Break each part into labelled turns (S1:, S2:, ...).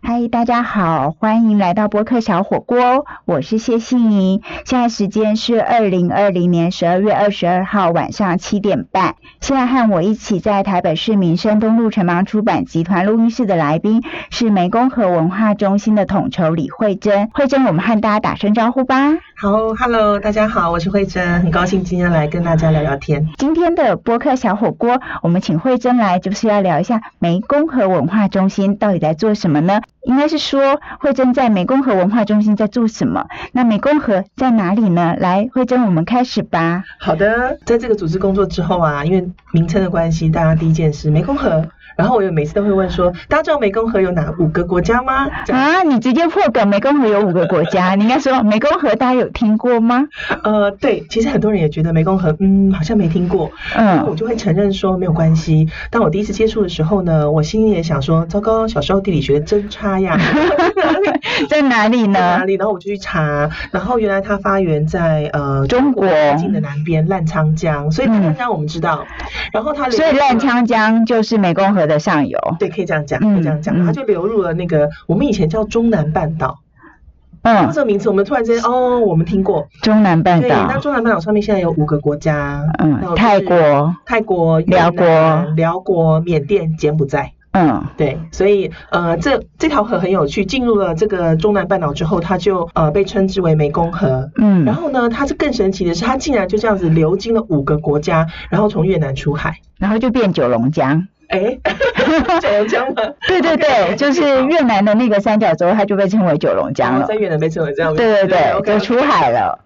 S1: 嗨，大家好，欢迎来到播客小火锅，哦我是谢杏莹。现在时间是二零二零年十二月二十二号晚上七点半。现在和我一起在台北市民生东路城邦出版集团录音室的来宾是湄公河文化中心的统筹李慧珍。慧珍，我们和大家打声招呼吧。
S2: 好，Hello，大家好，我是慧珍，很高兴今天来跟大家聊聊天。
S1: 今天的播客小火锅，我们请慧珍来，就是要聊一下湄公河文化中心到底在做什么呢？应该是说慧珍在湄公河文化中心在做什么？那湄公河在哪里呢？来，慧珍，我们开始吧。
S2: 好的，在这个组织工作之后啊，因为名称的关系，大家第一件事湄公河。然后我有每次都会问说，大家知道湄公河有哪五个国家 吗？这样
S1: 啊，你直接破梗，湄公河有五个国 家，你应该说湄公河大家有听过吗？
S2: 呃，对，其实很多人也觉得湄公河，嗯，好像没听过。那我
S1: 嗯
S2: 就会承认说没有关系。当我第一次接触的时候呢，我心里也想说，糟糕，小时候地理学真差呀，
S1: 在哪里
S2: 在哪
S1: 呢？
S2: 里？然后我就去查，然后原来它发源在呃
S1: 中国
S2: 北京的南边澜沧江，所以
S1: 嗯
S2: 澜沧江我们知道，然后它流
S1: 所以
S2: 入
S1: 澜
S2: 了
S1: 沧江就是湄公河的上游。
S2: 对，可以这样讲，可以这样讲，
S1: 嗯嗯
S2: 它就流入了那个我们以前叫中南半岛，
S1: 嗯
S2: 这，个名词我们突然之间哦，我们听过，
S1: 中南半
S2: 对，那
S1: 岛。
S2: 中南半岛上面现在有五个国家，那我
S1: 嗯，
S2: 就是
S1: 泰国。
S2: 泰国、越
S1: 辽国
S2: 南辽国、缅甸、柬埔寨。
S1: 嗯
S2: 对，所以呃，这这条河很有趣。进入了这个中南半岛之后，它就呃被称之为湄公河。然
S1: 嗯，
S2: 后呢，它是更神奇的是，它竟然就这样子流经了五个国家，然后从越南出海。
S1: 然后就变九龙 江。
S2: 哎，九龙江吗？
S1: 对对对，就是越南的那个三角洲，它就被称为九龙江
S2: 然后
S1: 了
S2: 哦在。越南被称为这样。
S1: 对对对，
S2: ，OK
S1: 就。出海 了。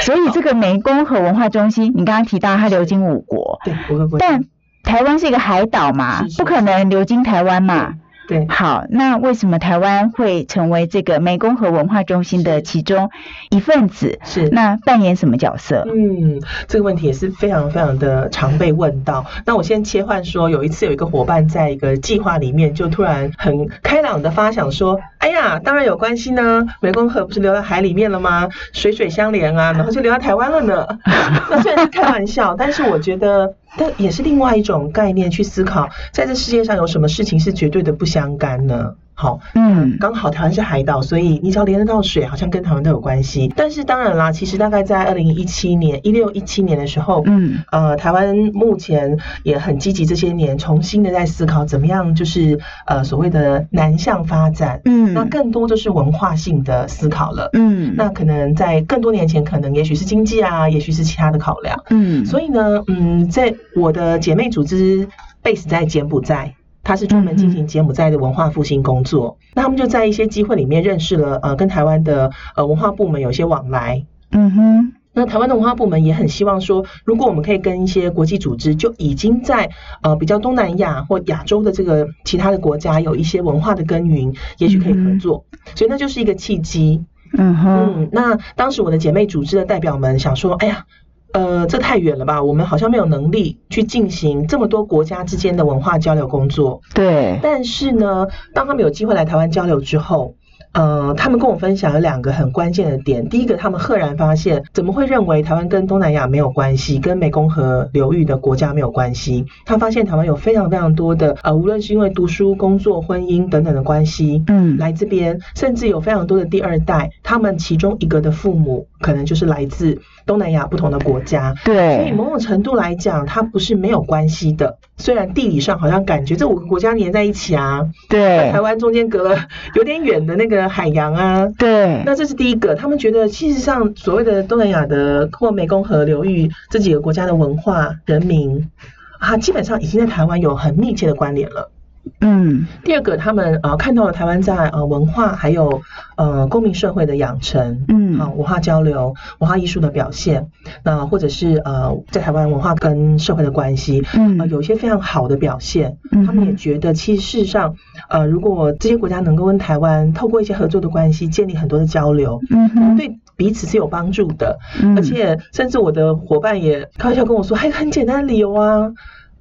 S1: 所以这个湄公河文化中心，你刚刚提到它流经五国，
S2: 对，五个国家。
S1: 但台湾是一个海岛嘛
S2: 是，是
S1: 不可能流经台湾嘛。
S2: 对，
S1: 好，那为什么台湾会成为这个湄公河文化中心的其中一份子？
S2: 是。
S1: 那扮演什么角色？
S2: 嗯，这个问题也是非常非常的常被问到。那我先切换说，有一次有一个伙伴在一个计划里面，就突然很开朗的发想说：“哎呀，当然有关系呢，湄公河不是流到海里面了吗？水水相连啊，然后就流到台湾了呢。”那虽然是开玩笑，但是我觉得。但也是另外一种概念去思考，在这世界上有什么事情是绝对的不相干呢？好，
S1: 嗯
S2: 刚好台湾是海岛，所以你只要连得到水，好像跟台湾都有关系。但是当然啦，其实大概在二零一七年、一六一七年的时候。
S1: 嗯
S2: 呃，台湾目前也很积极，这些年重新的在思考怎么样，就是呃所谓的南向发展，那
S1: 嗯
S2: 更多就是文化性的思考了。
S1: 嗯
S2: 那可能在更多年前，可能也许是经济啊，也许是其他的考量。
S1: 嗯，
S2: 所以呢，嗯，在我的姐妹组织 base 在柬埔寨，它是专门进行柬埔寨的文化复兴工作。那他们就在一些机会里面认识了，呃，跟台湾的呃文化部门有一些往来。
S1: 嗯哼
S2: 那台湾的文化部门也很希望说，如果我们可以跟一些国际组织，就已经在呃比较东南亚或亚洲的这个其他的国家有一些文化的耕耘，也许可以合作。所以那就是一个契机。
S1: 嗯哼
S2: 嗯，那当时我的姐妹组织的代表们想说，哎呀，呃，这太远了吧，我们好像没有能力去进行这么多国家之间的文化交流工作。
S1: 对
S2: 但是呢，当他们有机会来台湾交流之后，呃，他们跟我分享了两个很关键的点。第一个，他们赫然发现，怎么会认为台湾跟东南亚没有关系，跟湄公河流域的国家没有关系？他发现台湾有非常非常多的，呃，无论是因为读书、工作、婚姻等等的关系，
S1: 嗯
S2: 来这边，甚至有非常多的第二代，他们其中一个的父母可能就是来自东南亚不同的国家，所以
S1: 对
S2: 某种程度来讲，它不是没有关系的。虽然地理上好像感觉这五个国家连在一起啊，
S1: 对
S2: 台湾中间隔了有点远的那个海洋啊。
S1: 对
S2: 那这是第一个，他们觉得事实上所谓的东南亚的或湄公河流域这几个国家的文化、人民，啊，基本上已经在台湾有很密切的关联了。
S1: 嗯
S2: 第二个，他们呃看到了台湾在呃文化还有呃公民社会的养成，
S1: 嗯
S2: 啊、文化交流、文化艺术的表现，那、或者是呃在台湾文化跟社会的关系，呃
S1: 嗯
S2: 有一些非常好的表现，
S1: 嗯
S2: 他们也
S1: 哼
S2: 觉得其实事实上，呃如果这些国家能够跟台湾透过一些合作的关系建立很多的交流，
S1: 嗯哼
S2: 对彼此是有帮助的，
S1: 嗯
S2: 而且甚至我的伙伴也开玩笑跟我说，还有很简单的理由啊，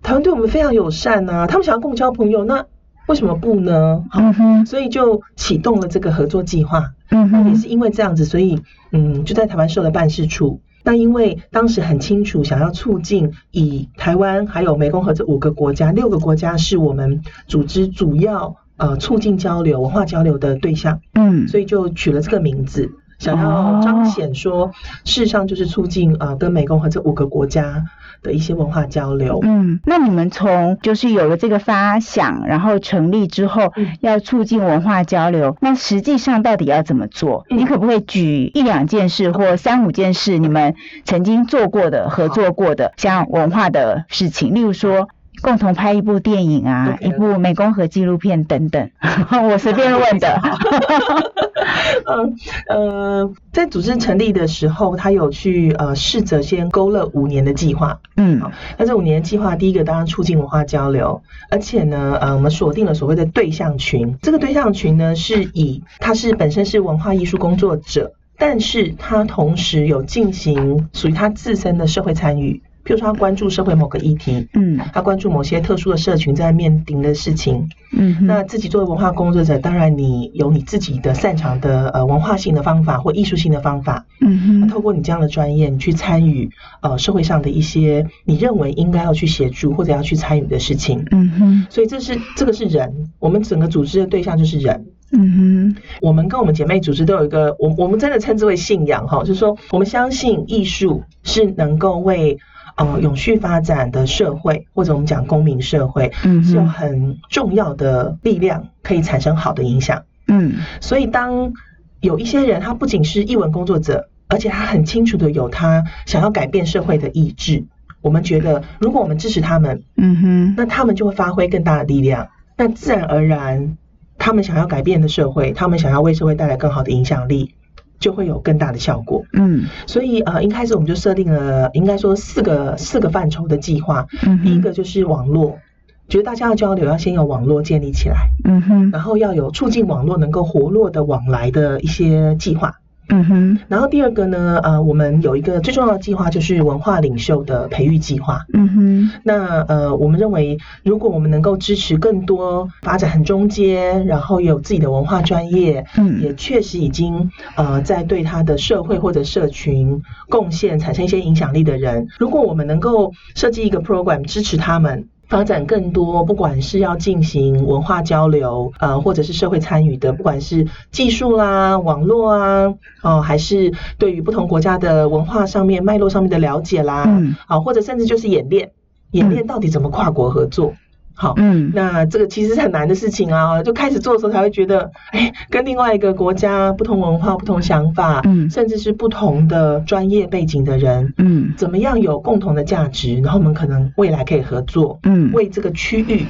S2: 台湾对我们非常友善啊，他们想要跟我们交朋友，那为什么不呢？好，
S1: 嗯哼
S2: 所以就启动了这个合作计划。
S1: 嗯
S2: 那也
S1: 哼
S2: 是因为这样子，所以嗯，就在台湾设了办事处。那因为当时很清楚，想要促进以台湾还有湄公河这五个国家、六个国家是我们组织主要。呃促进交流、文化交流的对象，
S1: 嗯，
S2: 所以就取了这个名字。想要彰显说，事实上就是促进啊、呃跟美共和这五个国家的一些文化交流。
S1: 嗯，那你们从就是有了这个发想，然后成立之后
S2: 嗯，
S1: 要促进文化交流，那实际上到底要怎么做？
S2: 嗯
S1: 你可不可以举一两件事或三五件事，你们曾经做过的、合作过的，像文化的事情，例如说。共同拍一部电影啊
S2: OK
S1: 一部美工和纪录片等等，我随便问的。
S2: 嗯呃，在组织成立的时候，他有去呃试着先勾勒五年的计划。
S1: 嗯
S2: 那这五年计划，第一个当然促进文化交流，而且呢，呃，我们锁定了所谓的对象群。这个对象群呢，是以他是本身是文化艺术工作者，但是他同时有进行属于他自身的社会参与，譬如说他关注社会某个议题。
S1: 嗯
S2: 他关注某些特殊的社群在面临的事情，
S1: 嗯哼，
S2: 那自己作为文化工作者，当然你有你自己的擅长的呃文化性的方法或艺术性的方法，
S1: 嗯哼，
S2: 透过你这样的专业，你去参与呃社会上的一些你认为应该要去协助或者要去参与的事情。
S1: 嗯哼，
S2: 所以这是这个是人，我们整个组织的对象就是人。
S1: 嗯
S2: 我们跟我们姐妹组织都有一个，我我们真的称之为信仰哈，就是说我们相信艺术是能够为呃永续发展的社会或者我们讲公民社会
S1: 哼，嗯
S2: 是有
S1: 哼，
S2: 很重要的力量，可以产生好的影响。
S1: 嗯
S2: 所以当有一些人，他不仅是译文工作者，而且他很清楚的有他想要改变社会的意志。我们觉得，如果我们支持他们，
S1: 嗯哼，
S2: 那他们就会发挥更大的力量。那自然而然，他们想要改变的社会，他们想要为社会带来更好的影响力，就会有更大的效果。
S1: 嗯
S2: 所以，呃，一开始我们就设定了，应该说四个四个范畴的计划。
S1: 嗯
S2: 第一
S1: 哼，
S2: 个就是网络，觉得大家要交流，要先有网络建立起来。
S1: 嗯哼，
S2: 然后要有促进网络能够活络的往来的一些计划。
S1: 嗯哼，
S2: 然后第二个呢，呃，我们有一个最重要的计划就是文化领袖的培育计划。
S1: 嗯哼。
S2: 那呃，我们认为如果我们能够支持更多发展很中间，然后有自己的文化专业，
S1: 嗯
S2: 也确实已经呃在对他的社会或者社群贡献产生一些影响力的人，如果我们能够设计一个 program 支持他们。发展更多，不管是要进行文化交流，呃，或者是社会参与的，不管是技术啦、网络啊，哦、还是对于不同国家的文化上面脉络上面的了解啦，
S1: 嗯
S2: 好、或者甚至就是演练，演练到底怎么跨国合作，好、
S1: 嗯
S2: 那这个其实是很难的事情啊，就开始做的时候才会觉得，哎，跟另外一个国家、不同文化、不同想法，
S1: 嗯
S2: 甚至是不同的专业背景的人，
S1: 嗯
S2: 怎么样有共同的价值，然后我们可能未来可以合作，
S1: 嗯，
S2: 为这个区域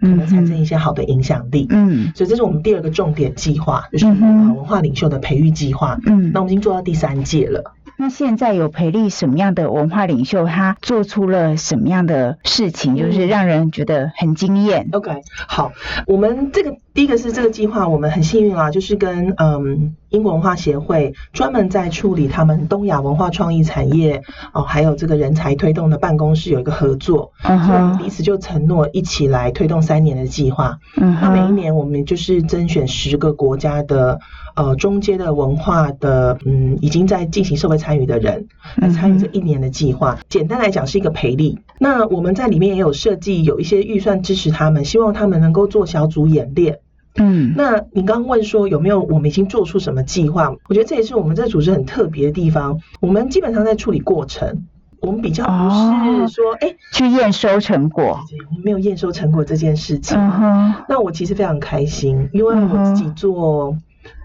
S2: 可
S1: 嗯
S2: 能产生一些好的影响力。
S1: 嗯
S2: 所以这是我们第二个重点计划，就是
S1: 嗯哼
S2: 呃文化领袖的培育计划。
S1: 嗯
S2: 那我。们已经做到第三届了。
S1: 那现在有培力什么样的文化领袖？他做出了什么样的事情，就是让人觉得很惊艳？
S2: OK，好，我们这个第一个是这个计划，我们很幸运啦，就是跟嗯英国文化协会专门在处理他们东亚文化创意产业哦，还有这个人才推动的办公室有一个合作，
S1: 嗯
S2: 所以我们彼
S1: 哼，
S2: 此就承诺一起来推动三年的计划。
S1: 嗯
S2: 那每一
S1: 哼，
S2: 年我们就是甄选十个国家的呃中间的文化的嗯已经在进行社会参与的人
S1: 嗯
S2: 来参与这一年的计划。简单来讲是一个培力。那我们在里面也有设计有一些预算支持他们，希望他们能够做小组演练。
S1: 嗯
S2: 那你刚刚问说有没有我们已经做出什么计划？我觉得这也是我们这组织很特别的地方。我们基本上在处理过程，我们比较不
S1: 哦
S2: 是说哎、
S1: 去验收成果。
S2: 我们没有验收成果这件事情。
S1: 嗯哼，
S2: 那我其实非常开心，因为我自己做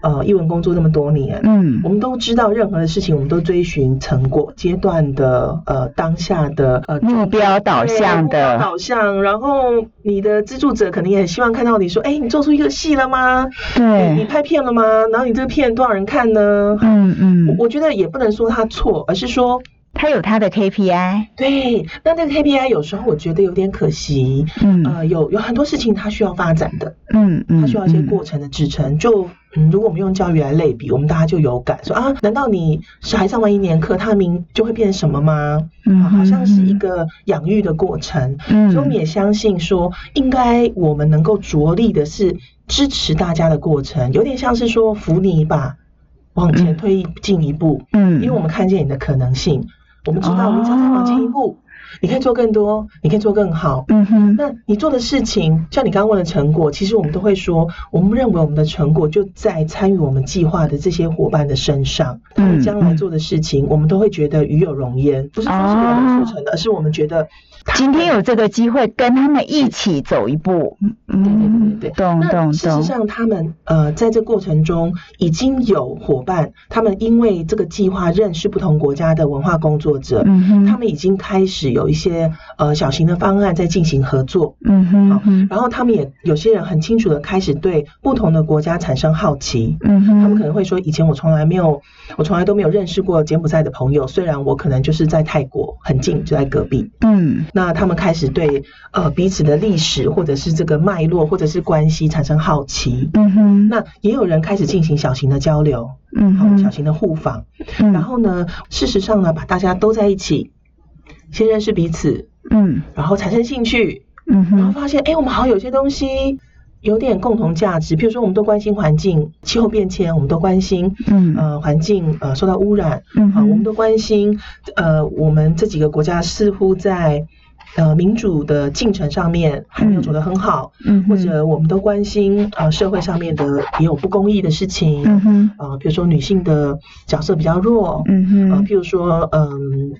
S2: 呃译文工作那么多年，
S1: 嗯
S2: 我们都知道任何的事情，我们都追寻成果阶段的呃当下的呃
S1: 目标导向
S2: 对目标
S1: 的
S2: 导向，然后你的资助者可能也很希望看到你说，哎，你做出一个戏了吗？你你
S1: 对，
S2: 拍片了吗？然后你这个片多少人看呢？
S1: 嗯嗯，
S2: 我我觉得也不能说他错，而是说
S1: 他有他的 KPI。
S2: 对，那那个 KPI 有时候我觉得有点可惜，
S1: 嗯
S2: 呃，有有很多事情它需要发展的。
S1: 嗯嗯，
S2: 它需要一些过程的支撑。就嗯，如果我们用教育来类比，我们大家就有感说啊，难道你小孩上完一年课，他明就会变什么吗？
S1: 嗯，
S2: 啊好像是一个养育的过程。所以我们
S1: 嗯
S2: 也相信说，应该我们能够着力的是支持大家的过程，有点像是说扶你一把，往前推进一步，
S1: 嗯，
S2: 因为我们看见你的可能性，我们知道
S1: 哦
S2: 你只要再往前一步，你可以做更多，你可以做更好。
S1: 嗯哼，
S2: 那你做的事情，像你刚刚问的成果，其实我们都会说，我们认为我们的成果就在参与我们计划的这些伙伴的身上，他
S1: 嗯
S2: 们将来做的事情，我们都会觉得与有荣焉，不是说是我们促成的，而是我们觉得他
S1: 啊今天有这个机会跟他们一起走一步，嗯，
S2: 对对对对对
S1: 懂
S2: 那
S1: 懂
S2: 事实
S1: 懂，
S2: 上，他们呃，在这过程中已经有伙伴，他们因为这个计划认识不同国家的文化工作者，
S1: 嗯
S2: 他
S1: 哼，
S2: 们已经开始有一些呃小型的方案在进行合作。
S1: 嗯哼哼，
S2: 然后他们也有些人很清楚的开始对不同的国家产生好奇，
S1: 嗯
S2: 他们可
S1: 哼，
S2: 能会说，以前我从来没有，我从来都没有认识过柬埔寨的朋友，虽然我可能就是在泰国很近，就在隔壁。
S1: 嗯
S2: 那他们开始对呃彼此的历史或者是这个脉络或者是关系产生好奇。
S1: 嗯哼，
S2: 那也有人开始进行小型的交流，
S1: 嗯
S2: 好小
S1: 哼，
S2: 型的互访。
S1: 嗯
S2: 然后呢，事实上呢，把大家都在一起，先认识彼此，
S1: 嗯
S2: 然后产生兴趣，
S1: 嗯
S2: 然
S1: 哼，
S2: 后发现，哎，我们好像有些东西有点共同价值，譬如说，我们都关心环境、气候变迁，我们都关心
S1: 嗯
S2: 呃环境呃受到污染，
S1: 嗯
S2: 啊、我们
S1: 哼，
S2: 都关心呃我们这几个国家似乎在呃民主的进程上面还没有走得很好，
S1: 嗯哼，
S2: 或者我们都关心呃社会上面的也有不公义的事情，
S1: 嗯哼，
S2: 啊、比如说女性的角色比较弱，
S1: 嗯
S2: 呃，
S1: 哼，
S2: 譬如说，嗯，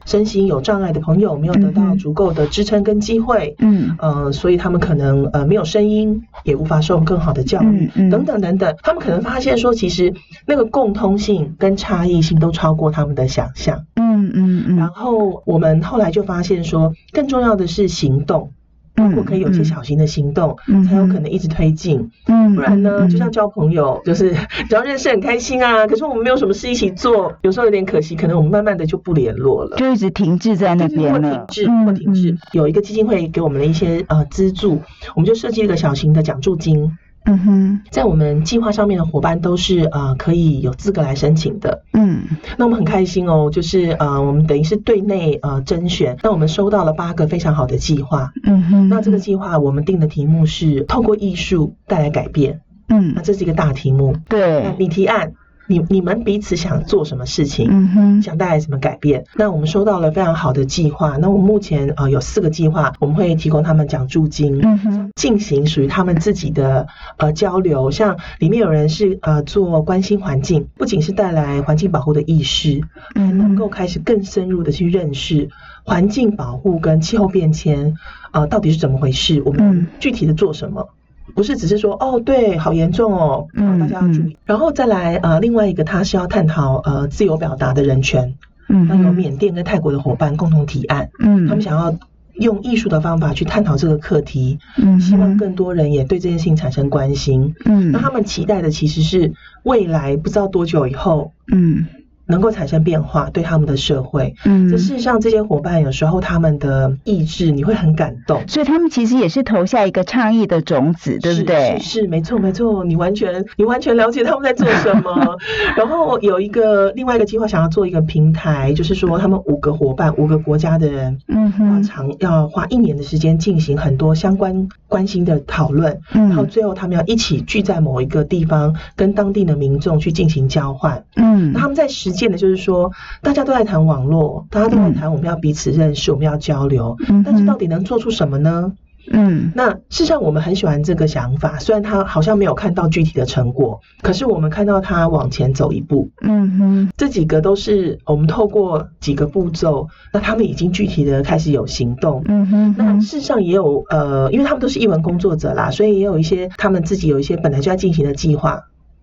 S2: 身心有障碍的朋友没有得到
S1: 嗯
S2: 足够的支撑跟机会，
S1: 嗯
S2: 呃，所以他们可能呃没有声音，也无法受更好的教育，
S1: 嗯嗯
S2: 等等等等。他们可能发现说，其实那个共通性跟差异性都超过他们的想象。
S1: 嗯嗯
S2: 然
S1: 嗯，
S2: 后我们后来就发现说，更重要的是行动。如果可以有一些小型的行动，
S1: 嗯
S2: 才有可能一直推进。
S1: 嗯，
S2: 不然呢，
S1: 嗯
S2: 就像交朋友，就是 只要认识很开心啊，可是我们没有什么事一起做，有时候有点可惜，可能我们慢慢的就不联络了。
S1: 就一直停滞在那
S2: 或
S1: 边
S2: 停
S1: 了，
S2: 滞，
S1: 嗯
S2: 或停滞
S1: 嗯。
S2: 有一个基金会给我们的一些呃资助，我们就设计了一个小型的奖助金，
S1: 嗯哼，
S2: 在我们计划上面的伙伴都是呃可以有资格来申请的。
S1: 嗯
S2: 那我们很开心哦，就是呃我们等于是对内呃甄选，那我们收到了八个非常好的计划。
S1: 嗯哼，
S2: 那这个计划我们定的题目是透过艺术带来改变，那
S1: 嗯
S2: 这是一个大题目。那
S1: 对，
S2: 你提案，你你们彼此想做什么事情？
S1: 嗯哼，
S2: 想带来什么改变？那我们收到了非常好的计划。那我们目前呃有四个计划，我们会提供他们奖助金，
S1: 嗯哼，
S2: 进行属于他们自己的呃交流。像里面有人是呃做关心环境，不仅是带来环境保护的意识，
S1: 嗯
S2: 还能够开始更深入的去认识环境保护跟气候变迁呃到底是怎么回事，我
S1: 嗯
S2: 们具体的做什么。不是只是说哦，对，好严重哦，
S1: 嗯
S2: 大家要注意。然后再来呃，另外一个他是要探讨呃自由表达的人权，
S1: 嗯
S2: 那有
S1: 哼，
S2: 缅甸跟泰国的伙伴共同提案，
S1: 嗯，
S2: 他们想要用艺术的方法去探讨这个课题，
S1: 嗯
S2: 希望
S1: 哼
S2: 更多人也对这件事情产生关心。
S1: 嗯
S2: 那他们期待的其实是未来不知道多久以后
S1: 嗯
S2: 能够产生变化，对他们的社会。
S1: 嗯，
S2: 这事实上，这些伙伴有时候他们的意志你会很感动。
S1: 所以他们其实也是投下一个倡议的种子，对不
S2: 是
S1: 对？
S2: 是是，没错没错，你完全你完全了解他们在做什么。然后有一个另外一个计划，想要做一个平台，就是说他们五个伙伴、五个国家的人
S1: 嗯
S2: 要
S1: 哼，
S2: 长要花一年的时间进行很多相关关心的讨论，然后
S1: 嗯
S2: 最后他们要一起聚在某一个地方，跟当地的民众去进行交换。
S1: 嗯
S2: 那他们在实践的就是说，大家都在谈网络，大家都在谈我们要彼此认识，我们要交流，
S1: 嗯
S2: 但是到
S1: 哼，
S2: 底能做出什么呢？
S1: 嗯
S2: 那事实上我们很喜欢这个想法，虽然他好像没有看到具体的成果，可是我们看到他往前走一步。
S1: 嗯哼，
S2: 这几个都是我们透过几个步骤，那他们已经具体的开始有行动，
S1: 嗯哼
S2: 那
S1: 哼，
S2: 事实上也有呃，因为他们都是译文工作者啦，所以也有一些他们自己有一些本来就在进行的计划，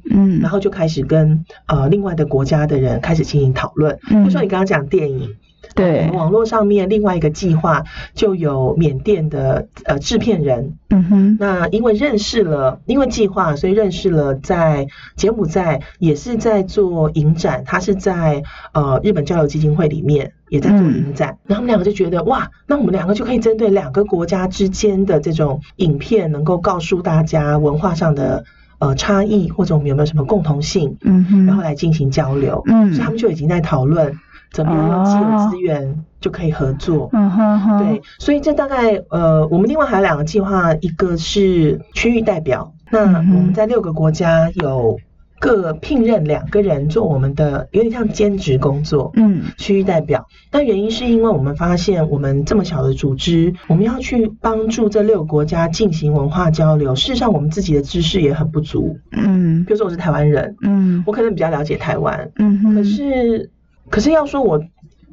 S1: 嗯，
S2: 然后就开始跟呃另外的国家的人开始进行讨论。比
S1: 嗯
S2: 如说你刚刚讲电影，
S1: 对，
S2: 网络上面另外一个计划就有缅甸的呃制片人，
S1: 嗯哼，
S2: 那因为认识了，因为计划，所以认识了在柬埔寨也是在做影展，他是在呃日本交流基金会里面也在做影展，
S1: 嗯
S2: 然后他们两个就觉得哇，那我们两个就可以针对两个国家之间的这种影片，能够告诉大家文化上的呃差异，或者我们有没有什么共同性，
S1: 嗯哼，
S2: 然后来进行交流，
S1: 嗯
S2: 所以他们就已经在讨论怎么样用既有资源就可以合作。
S1: 嗯哼哼，
S2: 对，，所以这大概呃，我们另外还有两个计划，一个是区域代表，那
S1: 嗯哼
S2: 我们在六个国家有各聘任两个人做我们的有点像兼职工作。
S1: 嗯
S2: 区域代表，那原因是因为我们发现，我们这么小的组织，我们要去帮助这六个国家进行文化交流。事实上，我们自己的知识也很不足。
S1: 嗯
S2: 比如说，我是台湾人，
S1: 嗯
S2: 我可能比较了解台湾，
S1: 嗯哼，
S2: 可是，可是要说我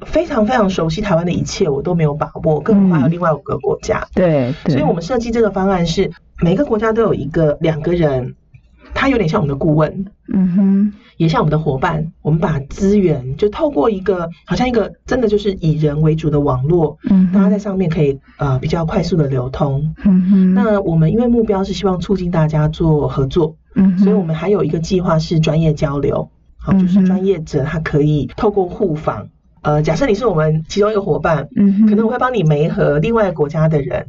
S2: 非常非常熟悉台湾的一切，我都没有把握，更何况还有另外五个国家。
S1: 对对，
S2: 所以我们设计这个方案是，每个国家都有一个两个人，他有点像我们的顾问，
S1: 嗯哼
S2: 也像我们的伙伴，我们把资源就透过一个好像一个真的就是以人为主的网络，
S1: 嗯哼，
S2: 大家在上面可以呃比较快速的流通。
S1: 嗯哼，
S2: 那我们因为目标是希望促进大家做合作，
S1: 嗯哼，
S2: 所以我们还有一个计划是专业交流，好，就是
S1: 嗯哼
S2: 专业者他可以透过互访，呃，假设你是我们其中一个伙伴，
S1: 嗯哼，
S2: 可能我会帮你媒合另外国家的人。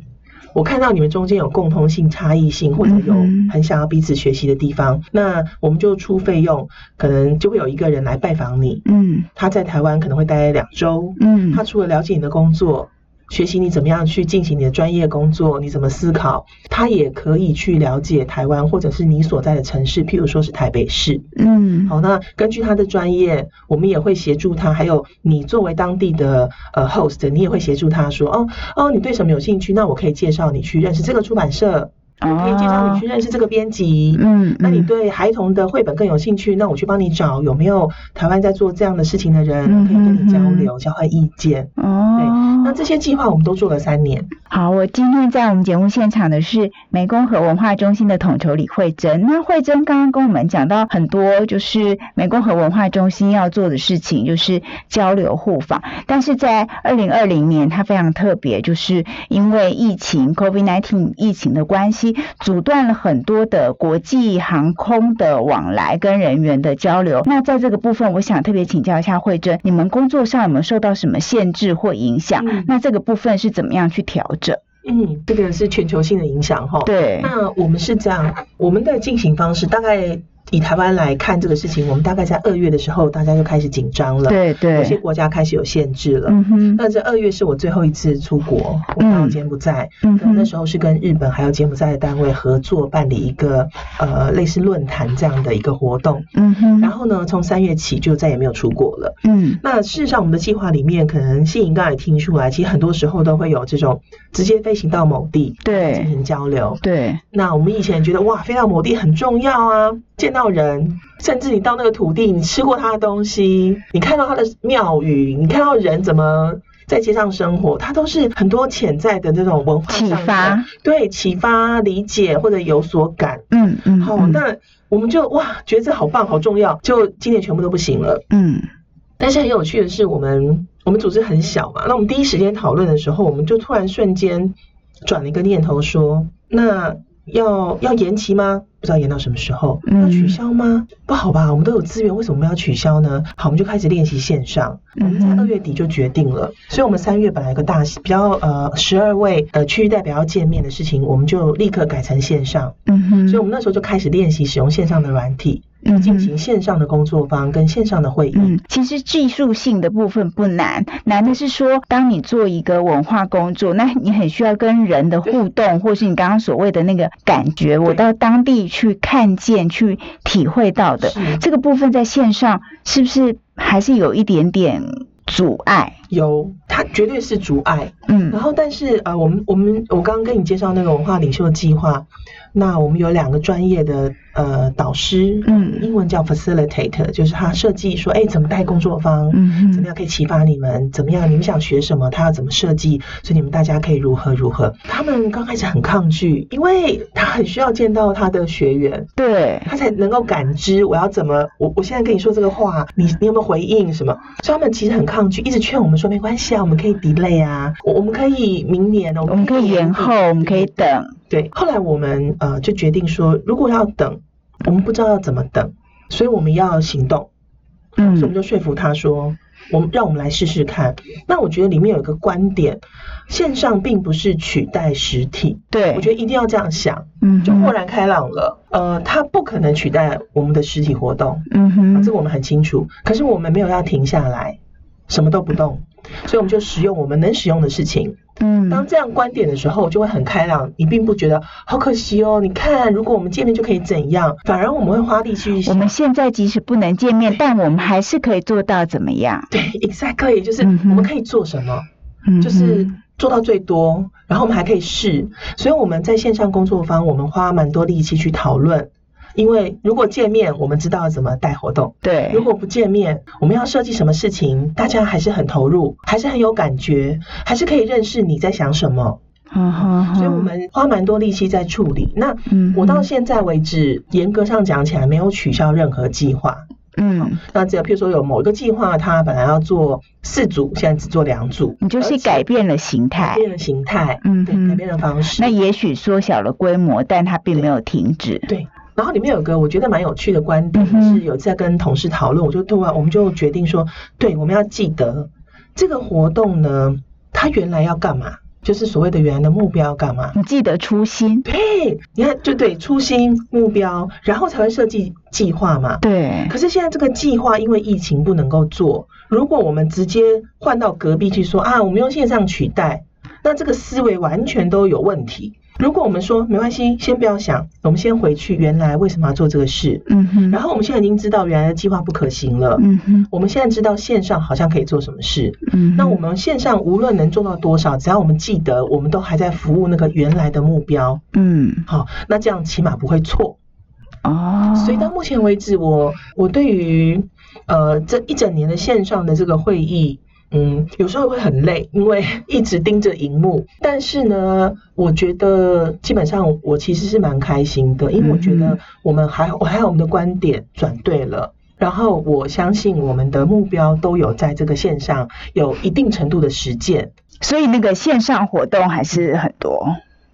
S2: 我看到你们中间有共通性、差异性，或者有
S1: 嗯哼
S2: 很想要彼此学习的地方，那我们就出费用，可能就会有一个人来拜访你。
S1: 嗯
S2: 他在台湾可能会待两周，
S1: 嗯，
S2: 他除了了解你的工作，学习你怎么样去进行你的专业工作，你怎么思考，他也可以去了解台湾或者是你所在的城市，譬如说是台北市。
S1: 嗯
S2: 好，那根据他的专业，我们也会协助他。还有你作为当地的呃 host，你也会协助他说，哦哦，你对什么有兴趣？那我可以介绍你去认识这个出版社，我可以介绍你去认识这个编辑。
S1: 哦嗯，
S2: 那你对孩童的绘本更有兴趣？那我去帮你找有没有台湾在做这样的事情的人，
S1: 嗯
S2: 可以跟你交
S1: 嗯嗯
S2: 流、交换意见。
S1: 哦，
S2: 那这些计划我们都做了三年，
S1: 好，我今天在我们节目现场的是湄公河文化中心的统筹李慧珍。那慧珍刚刚跟我们讲到很多，就是湄公河文化中心要做的事情，就是交流互访。但是在二零二零年，它非常特别，就是因为疫情 COVID-19 疫情的关系，阻断了很多的国际航空的往来跟人员的交流。那在这个部分，我想特别请教一下慧珍，你们工作上有没有受到什么限制或影响？
S2: 嗯
S1: 那这个部分是怎么样去调整？
S2: 嗯，这个是全球性的影响哈。
S1: 对，
S2: 那我们是这样，我们的进行方式大概以台湾来看这个事情，我们大概在二月的时候，大家就开始紧张了，
S1: 对
S2: 有些
S1: 对，
S2: 国家开始有限制了。
S1: 嗯哼，
S2: 那这二月是我最后一次出国，我
S1: 嗯
S2: 到柬埔寨，
S1: 嗯
S2: 那那
S1: 哼，
S2: 时候是跟日本还有柬埔寨的单位合作办理一个呃类似论坛这样的一个活动。
S1: 嗯
S2: 然
S1: 哼，
S2: 后呢，从三月起就再也没有出国了。
S1: 嗯
S2: 那事实上，我们的计划里面，可能信颖刚才也听出来，其实很多时候都会有这种直接飞行到某地进
S1: 对
S2: 行交流。
S1: 对，
S2: 那我们以前觉得哇，飞到某地很重要啊，见到人，甚至你到那个土地，你吃过他的东西，你看到他的庙宇，你看到人怎么在街上生活，它都是很多潜在的这种文化上的
S1: 启发，
S2: 对启发、理解或者有所感。
S1: 嗯嗯，
S2: 好，
S1: 嗯
S2: 那我们就哇，觉得这好棒、好重要，就今年全部都不行了。
S1: 嗯
S2: 但是很有趣的是，我们我们组织很小嘛，那我们第一时间讨论的时候，我们就突然瞬间转了一个念头说，那要要延期吗？不知道延到什么时候？
S1: 嗯
S2: 要取消吗？不好吧，我们都有资源，为什么我们要取消呢？好，我们就开始练习线上。我们在
S1: 嗯哼
S2: 二月底就决定了，所以我们三月本来有个大比较呃十二位呃区域代表要见面的事情，我们就立刻改成线上。
S1: 嗯哼，嗯
S2: 所以我们那时候就开始练习使用线上的软体，
S1: 们
S2: 进行线上的工作坊跟线上的会议。
S1: 嗯，其实技术性的部分不难，难的是说，当你做一个文化工作，那你很需要跟人的互动，或是你刚刚所谓的那个感觉，我
S2: 对
S1: 到当地去看见、去体会到的
S2: 是
S1: 这个部分，在线上是不是还是有一点点阻碍？
S2: 有，它绝对是阻碍。然
S1: 嗯
S2: 后，但是呃，我们我们我刚刚跟你介绍那个文化领袖计划，那我们有两个专业的呃导师，
S1: 嗯
S2: 英文叫 facilitator，就是他设计说，哎，怎么带工作坊，
S1: 嗯
S2: 怎么
S1: 哼
S2: 样可以启发你们，怎么样你们想学什么，他要怎么设计，所以你们大家可以如何如何。他们刚开始很抗拒，因为他很需要见到他的学员，
S1: 对，
S2: 他才能够感知我要怎么，我我现在跟你说这个话，你你有没有回应什么？所以他们其实很抗拒，一直劝我们说没关系啊，我们可以 delay 啊，我我们可以明年，我
S1: 我们可以延后，我们可以等，
S2: 对。后来我们呃就决定说，如果要等，我们不知道要怎么等，所以我们要行动，所以我们
S1: 嗯
S2: 就说服他说。我们让我们来试试看。那我觉得里面有一个观点，线上并不是取代实体，
S1: 对，
S2: 我觉得一定要这样想。
S1: 嗯
S2: 就豁
S1: 哼
S2: 然开朗了。呃，它不可能取代我们的实体活动，
S1: 嗯
S2: 啊
S1: 哼
S2: 这个我们很清楚。可是我们没有要停下来，什么都不动，所以我们就使用我们能使用的事情。
S1: 嗯
S2: 当这样观点的时候，就会很开朗，你并不觉得好可惜哦。你看，如果我们见面就可以怎样，反而我们会花力气去
S1: 我
S2: 想。
S1: 们现在即使不能见面，但我们还是可以做到怎么样？
S2: 对，exactly，就是
S1: 嗯哼
S2: 我们可以做什么，
S1: 嗯
S2: 就是
S1: 哼
S2: 做到最多，然后我们还可以试。所以我们在线上工作坊，我们花蛮多力气去讨论，因为如果见面，我们知道怎么带活动。
S1: 对，
S2: 如果不见面，我们要设计什么事情，大家还是很投入，还是很有感觉，还是可以认识你在想什么。
S1: 嗯哼
S2: 所以我们花蛮多力气在处理。那
S1: 嗯
S2: 我到
S1: 哼
S2: 现在为止，严格上讲起来，没有取消任何计划。
S1: 嗯，
S2: 那只有譬如说有某一个计划，它本来要做四组，现在只做两组，
S1: 你就
S2: 而
S1: 是
S2: 且
S1: 改变了形
S2: 改
S1: 态。
S2: 变了形态，
S1: 嗯
S2: 对，
S1: 哼
S2: 改变了方式。
S1: 那也许缩小了规模，但它并没有停止。
S2: 对。然后里面有个我觉得蛮有趣的观点，
S1: 嗯哼
S2: 是有在跟同事讨论，我就突然我们就决定说，对，我们要记得这个活动呢，它原来要干嘛，就是所谓的原来的目标要干嘛。
S1: 你记得初心，
S2: 对，你看，就对，初心目标，然后才会设计计划嘛。
S1: 对，
S2: 可是现在这个计划因为疫情不能够做，如果我们直接换到隔壁去说啊，我们用线上取代，那这个思维完全都有问题。如果我们说没关系，先不要想，我们先回去原来为什么要做这个事，
S1: 嗯哼，
S2: 然后我们现在已经知道原来的计划不可行了，
S1: 嗯哼，
S2: 我们现在知道线上好像可以做什么事，
S1: 嗯哼，
S2: 那我们线上无论能做到多少，只要我们记得，我们都还在服务那个原来的目标，
S1: 嗯
S2: 好，那这样起码不会错。
S1: 哦，
S2: 所以到目前为止我，我对于呃这一整年的线上的这个会议，嗯，有时候会很累，因为 一直盯着荧幕。但是呢，我觉得基本上我其实是蛮开心的，因为我觉得我们还我还有我们的观点转对了。然后我相信我们的目标都有在这个线上有一定程度的实践。
S1: 所以那个线上活动还是很多，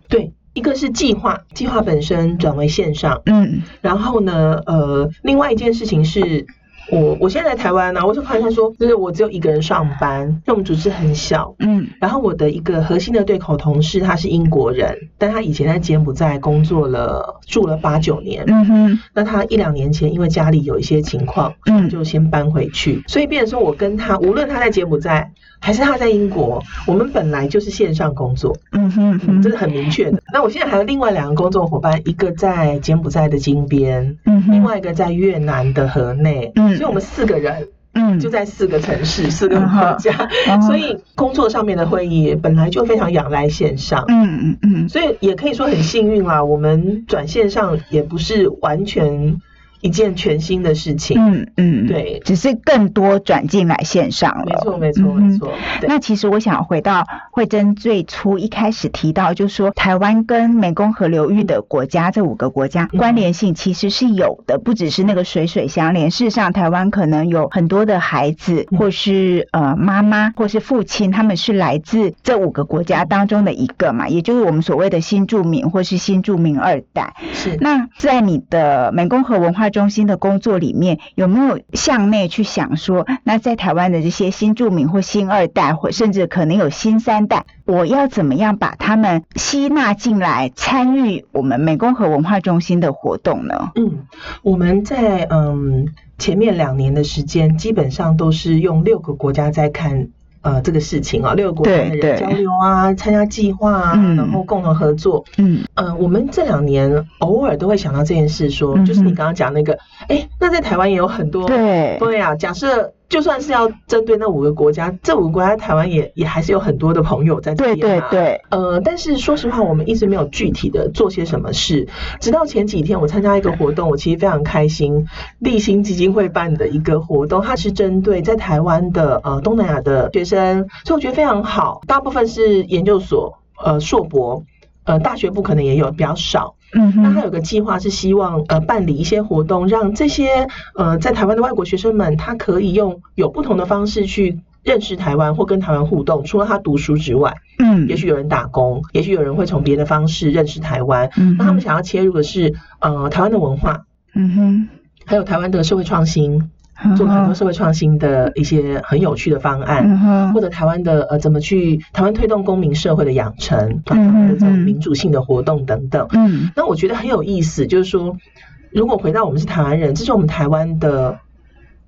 S2: 对，一个是计划，计划本身转为线上，
S1: 嗯
S2: 然后呢，呃，另外一件事情是。我我现在在台湾呢、我就发现说，就是我只有一个人上班，因为我们组织很小。
S1: 嗯
S2: 然后我的一个核心的对口同事，他是英国人，但他以前在柬埔寨工作了住了八九年。
S1: 嗯哼，
S2: 那他一两年前因为家里有一些情况，
S1: 嗯
S2: 就先搬回去，所以变成说我跟他，无论他在柬埔寨还是他在英国，我们本来就是线上工作。
S1: 嗯哼
S2: 嗯，
S1: 哼，
S2: 这是很明确的。那我现在还有另外两个工作伙伴，一个在柬埔寨的金边，
S1: 嗯哼
S2: 另外一个在越南的河内，
S1: 嗯
S2: 所以我们四个人
S1: 嗯
S2: 就在四个城市、四个
S1: 嗯哼
S2: 国家，
S1: 嗯
S2: 所以工作上面的会议本来就非常仰赖线上。
S1: 嗯嗯嗯
S2: 所以也可以说很幸运啦，我们转线上也不是完全一件全新的事情。
S1: 嗯嗯，
S2: 对
S1: 只是更多转进来线上了，
S2: 没错，没错，没错。对。
S1: 嗯那其实我想回到慧珍最初一开始提到，就是说台湾跟湄公河流域的国家这五个国家
S2: 嗯
S1: 关联性其实是有的，不只是那个水水相连。事实上，台湾可能有很多的孩子，
S2: 嗯
S1: 或是呃妈妈，或是父亲，他们是来自这五个国家当中的一个嘛，也就是我们所谓的新住民或是新住民二代。
S2: 是
S1: 那在你的美工和文化中心的工作里面，有没有向内去想说，那在台湾的这些新住民或新二代，或甚至可能有新三代，我要怎么样把他们吸纳进来，参与我们美工和文化中心的活动呢？
S2: 嗯，我们在嗯前面两年的时间，基本上都是用六个国家在看呃这个事情啊，六个国家的
S1: 对对
S2: 人交流啊，参加计划啊，
S1: 嗯
S2: 然后共同合作。
S1: 嗯
S2: 呃，我们这两年偶尔都会想到这件事说，
S1: 嗯哼
S2: 就是你刚刚讲那个，哎，那在台湾也有很多
S1: 对，
S2: 对啊，假设就算是要针对那五个国家，这五个国家台湾也也还是有很多的朋友在这
S1: 对
S2: 边
S1: 对
S2: 啊。
S1: 对，
S2: 呃，但是说实话，我们一直没有具体的做些什么事。直到前几天，我参加一个活动，我其实非常开心，立新基金会办的一个活动，它是针对在台湾的呃东南亚的学生，所以我觉得非常好。大部分是研究所、呃硕博、呃大学部可能也有比较少。
S1: 嗯
S2: 那它
S1: 哼，
S2: 有个计划是希望呃办理一些活动，让这些呃在台湾的外国学生们，他可以用有不同的方式去认识台湾或跟台湾互动，除了他读书之外。
S1: 嗯
S2: 也许有人打工，也许有人会从别的方式认识台湾。
S1: 嗯
S2: 那他
S1: 哼，
S2: 们想要切入的是，呃，台湾的文化，
S1: 嗯
S2: 还有台湾的社会创新，
S1: 哼，
S2: 做了很多
S1: 嗯哼
S2: 社会创新的一些很有趣的方案，
S1: 嗯哼
S2: 或者台湾的呃怎么去台湾推动公民社会的养成，台
S1: 嗯
S2: 湾的这种
S1: 嗯嗯
S2: 民主性的活动等等。
S1: 嗯
S2: 那我觉得很有意思，就是说，如果回到我们是台湾人，这是我们台湾的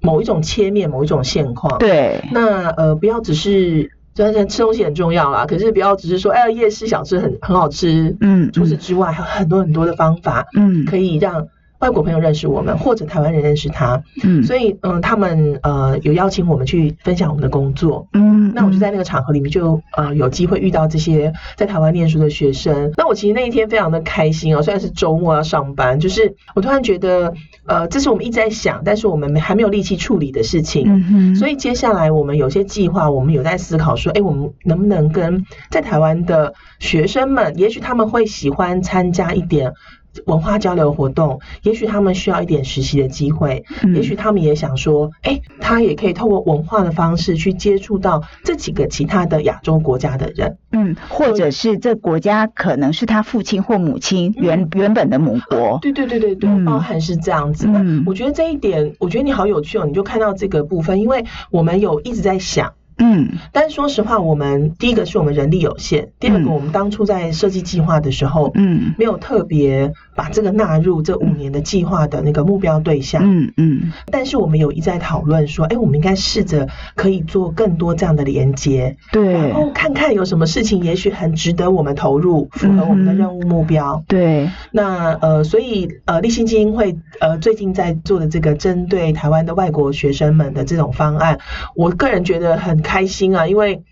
S2: 某一种切面，某一种现况。
S1: 对，
S2: 那呃，不要只是虽然吃东西很重要啦，可是不要只是说，哎，夜市小吃很很好吃。
S1: 嗯，
S2: 除此之外，还有很多很多的方法
S1: 嗯
S2: 可以让外国朋友认识我们，或者台湾人认识他。
S1: 嗯，以
S2: 所以，嗯，他们呃有邀请我们去分享我们的工作。
S1: 嗯，
S2: 那我就在那个场合里面就呃有机会遇到这些在台湾念书的学生。那我其实那一天非常的开心哦，虽然是周末要上班，就是我突然觉得，呃，这是我们一直在想，但是我们还没有力气处理的事情。
S1: 嗯哼，
S2: 所
S1: 以
S2: 以接下来我们有些计划，我们有在思考说，哎，我们能不能跟在台湾的学生们，也许他们会喜欢参加一点文化交流活动，也许他们需要一点实习的机会，也许他们也想说，哎，他也可以透过文化的方式去接触到这几个其他的亚洲国家的人。
S1: 嗯，或者是这国家可能是他父亲或母亲
S2: 嗯哦
S1: 原原本的母国，
S2: 对对对对对，
S1: 嗯
S2: 包含是这样子的。
S1: 嗯
S2: 我觉得这一点，我觉得你好有趣哦，你就看到这个部分，因为我们有一直在想。
S1: 嗯
S2: 但说实话，我们第一个是我们人力有限，第二个我们当初在设计计划的时候，
S1: 嗯
S2: 没有特别把这个纳入这五年的计划的那个目标对象。
S1: 嗯嗯
S2: 但是我们有一再讨论说，哎，我们应该试着可以做更多这样的连接，
S1: 对
S2: 然后看看有什么事情，也许很值得我们投入，符合我们的
S1: 嗯
S2: 任务目标。
S1: 对，
S2: 那呃，所以呃，立新基金会呃最近在做的这个针对台湾的外国学生们的这种方案，我个人觉得很开心啊，因为。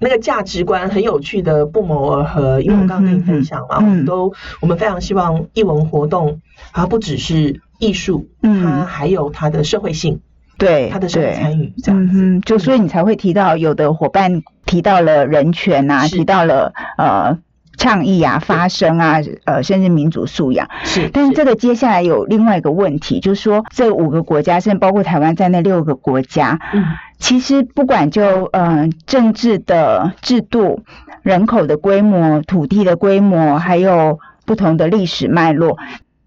S2: 那个价值观很有趣的不谋而合，因为我刚刚跟你分享嘛，
S1: 嗯嗯嗯
S2: 我们都我们非常希望艺文活动它不只是艺术，
S1: 嗯
S2: 它还有它的社会性，
S1: 对，
S2: 它的社会
S1: 对
S2: 参与这样
S1: 嗯
S2: 子。
S1: 哼，就所以你才会提到有的伙伴提到了人权啊，
S2: 是
S1: 提到了呃倡议啊、发声啊，呃甚至民主素养。
S2: 是，
S1: 但是这个接下来有另外一个问题，就是说这五个国家，甚至包括台湾在内六个国家，
S2: 嗯
S1: 其实不管就呃政治的制度、人口的规模、土地的规模，还有不同的历史脉络。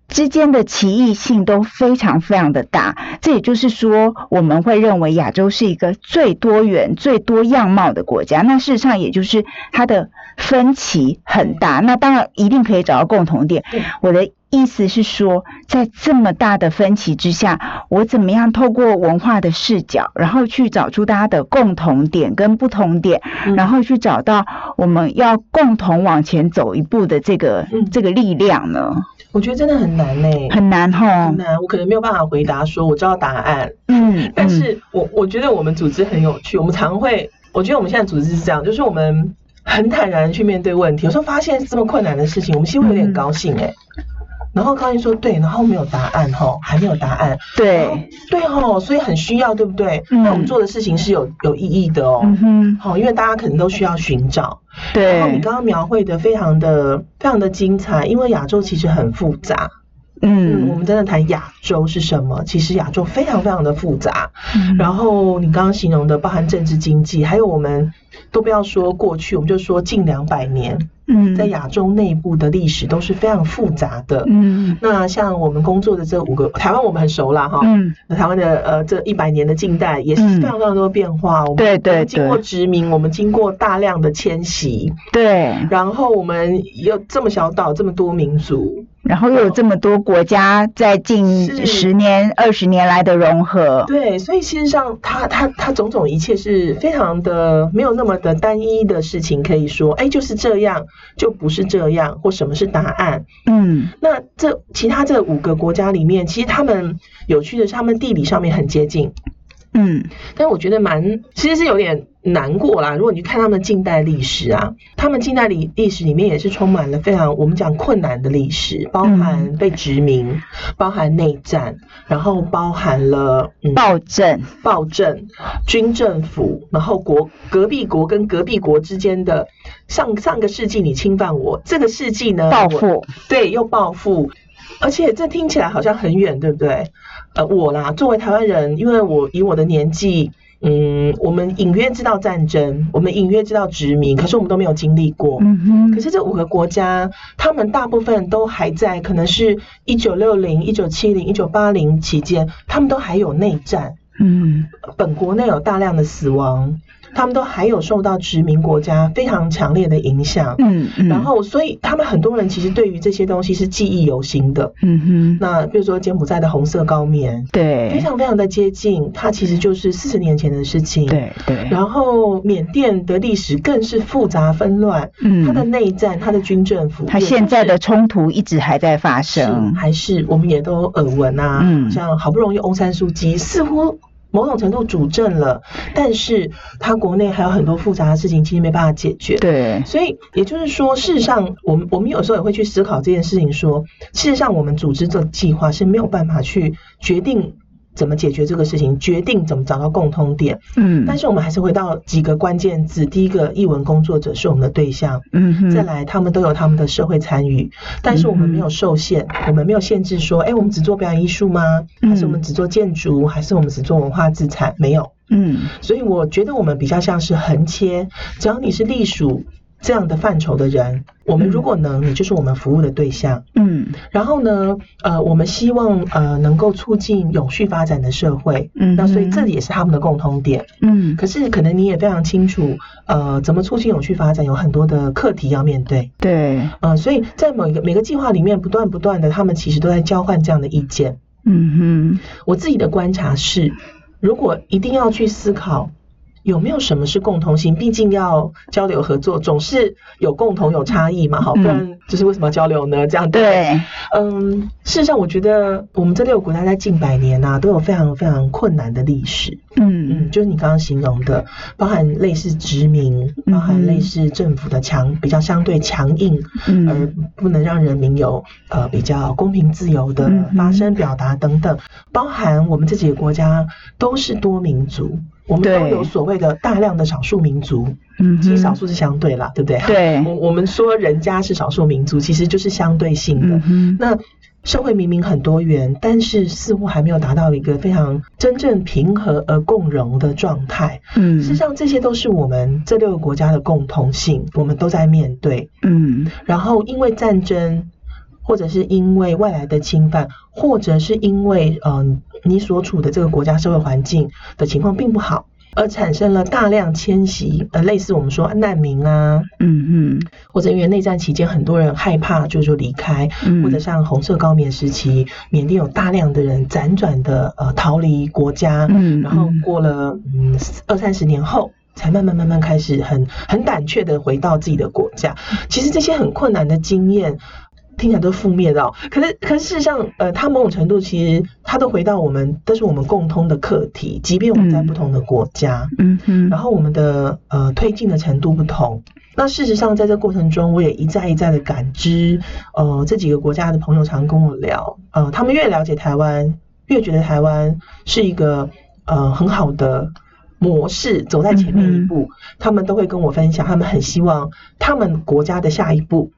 S1: 之间的歧义性都非常非常的大，这也就是说，我们会认为亚洲是一个最多元、最多样貌的国家。那事实上，也就是它的分歧很大。那当然，一定可以找到共同点
S2: 对。
S1: 我的意思是说，在这么大的分歧之下，我怎么样透过文化的视角，然后去找出大家的共同点跟不同点，
S2: 嗯
S1: 然后去找到我们要共同往前走一步的这个、
S2: 嗯
S1: 这个力量呢？
S2: 我觉得真的很难呢、
S1: 很难哈
S2: 很，难，我可能没有办法回答说我知道答案，
S1: 嗯，
S2: 但是我我觉得我们组织很有趣，我们常会，我觉得我们现在组织是这样，就是我们很坦然地去面对问题。有时候发现这么困难的事情，我们心里会
S1: 嗯
S2: 有点高兴哎、然后高兴说对，然后没有答案吼，还没有答案，
S1: 嗯
S2: 哦
S1: 对，
S2: 对吼，所以很需要，对不对？
S1: 嗯
S2: 那我们做的事情是有有意义的哦。
S1: 嗯哼，
S2: 好，因为大家可能都需要寻找。然后你
S1: 对，
S2: 刚刚描绘的非常的非常的精彩，因为亚洲其实很复杂。嗯，我
S1: 嗯，
S2: 们真的谈亚洲是什么？其实亚洲非常非常的复杂。
S1: 嗯
S2: 然后你刚刚形容的，包含政治、经济，还有我们都不要说过去，我们就说近两百年，
S1: 嗯，
S2: 在亚洲内部的历史都是非常复杂的。
S1: 嗯
S2: 那像我们工作的这五个，台湾我们很熟啦哈。
S1: 嗯，
S2: 那台湾的呃这一百年的近代也是
S1: 嗯
S2: 非常非常多的变化，我们
S1: 对对
S2: 我们经过
S1: 对
S2: 殖民，我们经过大量的迁徙，
S1: 对，
S2: 然后我们有这么小岛这么多民族，
S1: 然后又有这么多国家在
S2: 是
S1: 近十年、二十年来的融合，
S2: 对，所以事实上它，它它种种一切是非常的没有那么的单一的事情，可以说，哎，就是这样，就不是这样，或什么是答案。
S1: 嗯
S2: 那这其他这五个国家里面，其实他们有趣的是，他们地理上面很接近，
S1: 嗯
S2: 但我觉得蛮其实是有点难过啦。如果你看他们近代历史啊，他们近代历历史里面也是充满了非常我们讲困难的历史，包含被殖民，包含内战，然后包含了嗯
S1: 暴政，
S2: 暴政、军政府，然后国隔壁国跟隔壁国之间的上上个世纪你侵犯我，这个世纪呢
S1: 报
S2: 我
S1: 复，
S2: 对又报复，而且这听起来好像很远，对不对？呃，我啦，作为台湾人，因为我以我的年纪，嗯，我们隐约知道战争，我们隐约知道殖民，可是我们都没有经历过。
S1: 嗯哼，
S2: 可是这五个国家，他们大部分都还在，可能是一九六零、一九七零、一九八零期间，他们都还有内战，
S1: 嗯
S2: 本国内有大量的死亡，他们都还有受到殖民国家非常强烈的影响。
S1: 嗯嗯，
S2: 然后，所以他们很多人其实对于这些东西是记忆犹新的。
S1: 嗯哼，
S2: 那比如说柬埔寨的红色高棉，非
S1: 对
S2: 常非常的接近，它其实就是四十年前的事情。。
S1: 对对，
S2: 然后缅甸的历史更是复杂纷乱，它的
S1: 嗯，
S2: 内战、它的军政府，
S1: 他现在的冲突一直还在发
S2: 是
S1: 生，
S2: 还是我们也都耳闻啊，
S1: 嗯
S2: 像好不容易翁山书记似乎。某种程度主政了，但是他国内还有很多复杂的事情，其实没办法解决。
S1: 对，
S2: 所以也就是说，事实上，我们我们有时候也会去思考这件事情说事实上，我们组织这个计划是没有办法去决定怎么解决这个事情，决定怎么找到共通点。
S1: 嗯，
S2: 但是我们还是回到几个关键字，第一个，译文工作者是我们的对象，
S1: 嗯嗯
S2: 再
S1: 哼，
S2: 来他们都有他们的社会参与，但是我们没有受限，我们没有限制说，哎，我们只做表演艺术吗？还是我们只做建筑？还是我们只做文化资产？没有。
S1: 嗯
S2: 所以我觉得我们比较像是横切，只要你是隶属这样的范畴的人，我们如果能，你就是我们服务的对象。
S1: 嗯
S2: 然后呢，呃，我们希望呃能够促进永续发展的社会。
S1: 嗯，
S2: 那所以这也是他们的共通点，
S1: 嗯
S2: 可是可能你也非常清楚，呃，怎么促进永续发展有很多的课题要面对，
S1: 对，
S2: 呃，所以在每个每个计划里面不断不断的，他们其实都在交换这样的意见。
S1: 嗯哼，
S2: 我自己的观察是，如果一定要去思考有没有什么是共同性，毕竟要交流合作，总是有共同有差异嘛，好，不
S1: 嗯
S2: 然就是为什么要交流呢？这样，
S1: 对，
S2: 嗯，事实上，我觉得我们这六个国家在近百年呐、都有非常非常困难的历史。
S1: 嗯
S2: 嗯，就是你刚刚形容的，包含类似殖民，
S1: 嗯
S2: 包含类似政府的强，比较相对强硬，而
S1: 嗯
S2: 不能让人民有呃比较公平自由的
S1: 嗯哼
S2: 发声表达等等，包含我们自己的国家都是多民族，我们都
S1: 对
S2: 有所谓的大量的少数民族，
S1: 嗯，
S2: 其实少，数是相对啦，对不对？
S1: 对
S2: 我我们说人家是少数民族，其实就是相对性的
S1: 嗯。哼，
S2: 那社会明明很多元，但是似乎还没有达到一个非常真正平和而共融的状态。
S1: 嗯
S2: 事实上，这些都是我们这六个国家的共同性，我们都在面对。
S1: 嗯
S2: 然后因为战争，或者是因为外来的侵犯，或者是因为嗯、呃你所处的这个国家社会环境的情况并不好，而产生了大量迁徙，呃，类似我们说难民啊，
S1: 嗯
S2: 或者因为内战期间很多人害怕就就离开，
S1: 嗯，
S2: 或者像红色高棉时期，缅甸有大量的人辗转的呃逃离国家，
S1: 嗯，
S2: 然后过了嗯二三十年后，才慢慢慢慢开始很很胆怯的回到自己的国家。其实这些很困难的经验。听起来都负面的、哦，可是可是事实上，呃，它某种程度其实它都回到我们，都是我们共通的课题。即便我们在
S1: 嗯
S2: 不同的国家，
S1: 嗯哼，
S2: 然后我们的呃推进的程度不同。那事实上，在这过程中，我也一再一再的感知，呃，这几个国家的朋友常跟我聊，呃，他们越了解台湾，越觉得台湾是一个呃很好的模式，走在前面一步，他们都会跟我分享，他们很希望他们国家的下一步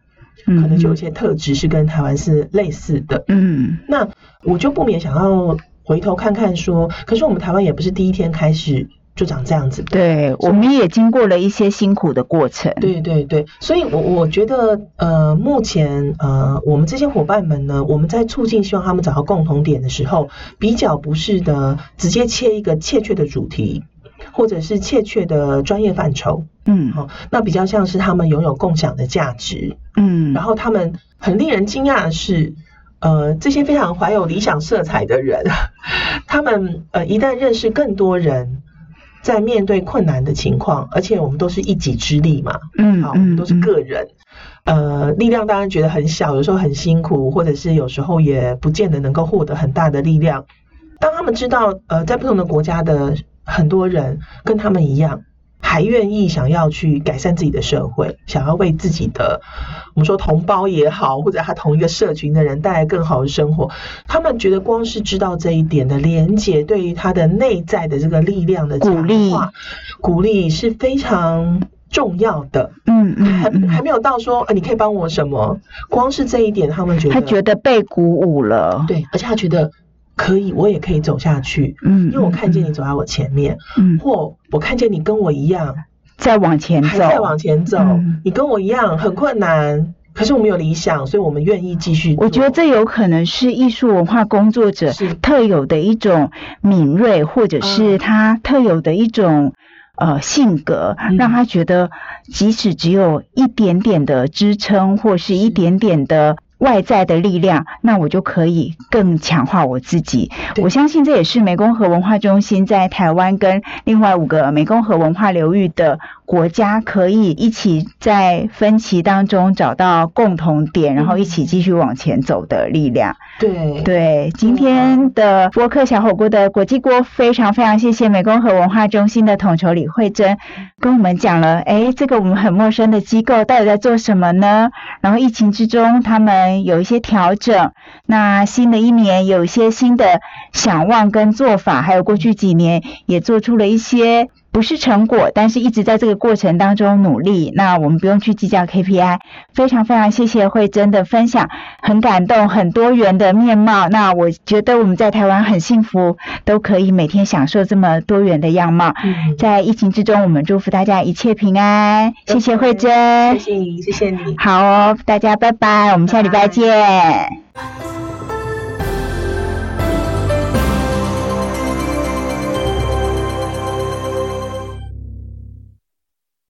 S2: 可能就有一些特质是跟台湾是类似的。
S1: 嗯
S2: 那我就不免想要回头看看说，可是我们台湾也不是第一天开始就长这样子的。
S1: 对，我们也经过了一些辛苦的过程，
S2: 对对对，所以我我觉得，呃，目前呃，我们这些伙伴们呢，我们在促进希望他们找到共同点的时候，比较不是的直接切一个切确的主题，或者是切确的专业范畴，
S1: 嗯
S2: 哦，那比较像是他们拥有共享的价值，
S1: 嗯，
S2: 然后他们很令人惊讶的是，呃，这些非常怀有理想色彩的人， 他们呃一旦认识更多人，在面对困难的情况，而且我们都是一己之力嘛，
S1: 嗯
S2: 好，我们都是个人。呃，力量当然觉得很小，有时候很辛苦，或者是有时候也不见得能够获得很大的力量。当他们知道，呃，在不同的国家的很多人跟他们一样，还愿意想要去改善自己的社会，想要为自己的我们说同胞也好，或者他同一个社群的人带来更好的生活，他们觉得光是知道这一点的连接，对于他的内在的这个力量的
S1: 鼓励
S2: 强化，鼓励是非常重要的。
S1: 嗯
S2: 还
S1: 嗯
S2: 还
S1: 嗯，
S2: 没有到说，呃，你可以帮我什么？光是这一点，他们觉得，
S1: 他觉得被鼓舞了，
S2: 对，而且他觉得可以，我也可以走下去，
S1: 嗯，
S2: 因为我看见你走在我前面，
S1: 嗯
S2: 或我看见你跟我一样
S1: 再往前
S2: 还
S1: 走，
S2: 在往前走
S1: 嗯，
S2: 你跟我一样很困难，可是我们有理想，所以我们愿意继续做。
S1: 我觉得这有可能是艺术文化工作者
S2: 是嗯
S1: 特有的一种敏锐，或者是他特有的一种。呃性格，
S2: 嗯
S1: 让他觉得即使只有一点点的支撑或是一点点的。外在的力量，那我就可以更强化我自己。
S2: 对
S1: 我相信这也是湄公河文化中心在台湾跟另外五个湄公河文化流域的国家可以一起在分歧当中找到共同点，然后一起继续往前走的力量。
S2: 对
S1: 对，今天的播客小火锅的国际锅，非常非常谢谢美工和文化中心的统筹李慧珍跟我们讲了，哎，这个我们很陌生的机构到底在做什么呢？然后疫情之中，他们有一些调整，那新的一年有一些新的想望跟做法，还有过去几年也做出了一些。不是成果，但是一直在这个过程当中努力。那我们不用去计较 KPI，非常非常谢谢慧珍的分享，很感动，很多元的面貌。那我觉得我们在台湾很幸福，都可以每天享受这么多元的样貌。
S2: 嗯，
S1: 在疫情之中，我们祝福大家一切平安。谢谢慧珍
S2: 嗯谢，谢你，谢谢你。
S1: 好哦，大家拜拜，我们下礼拜见。
S3: 啊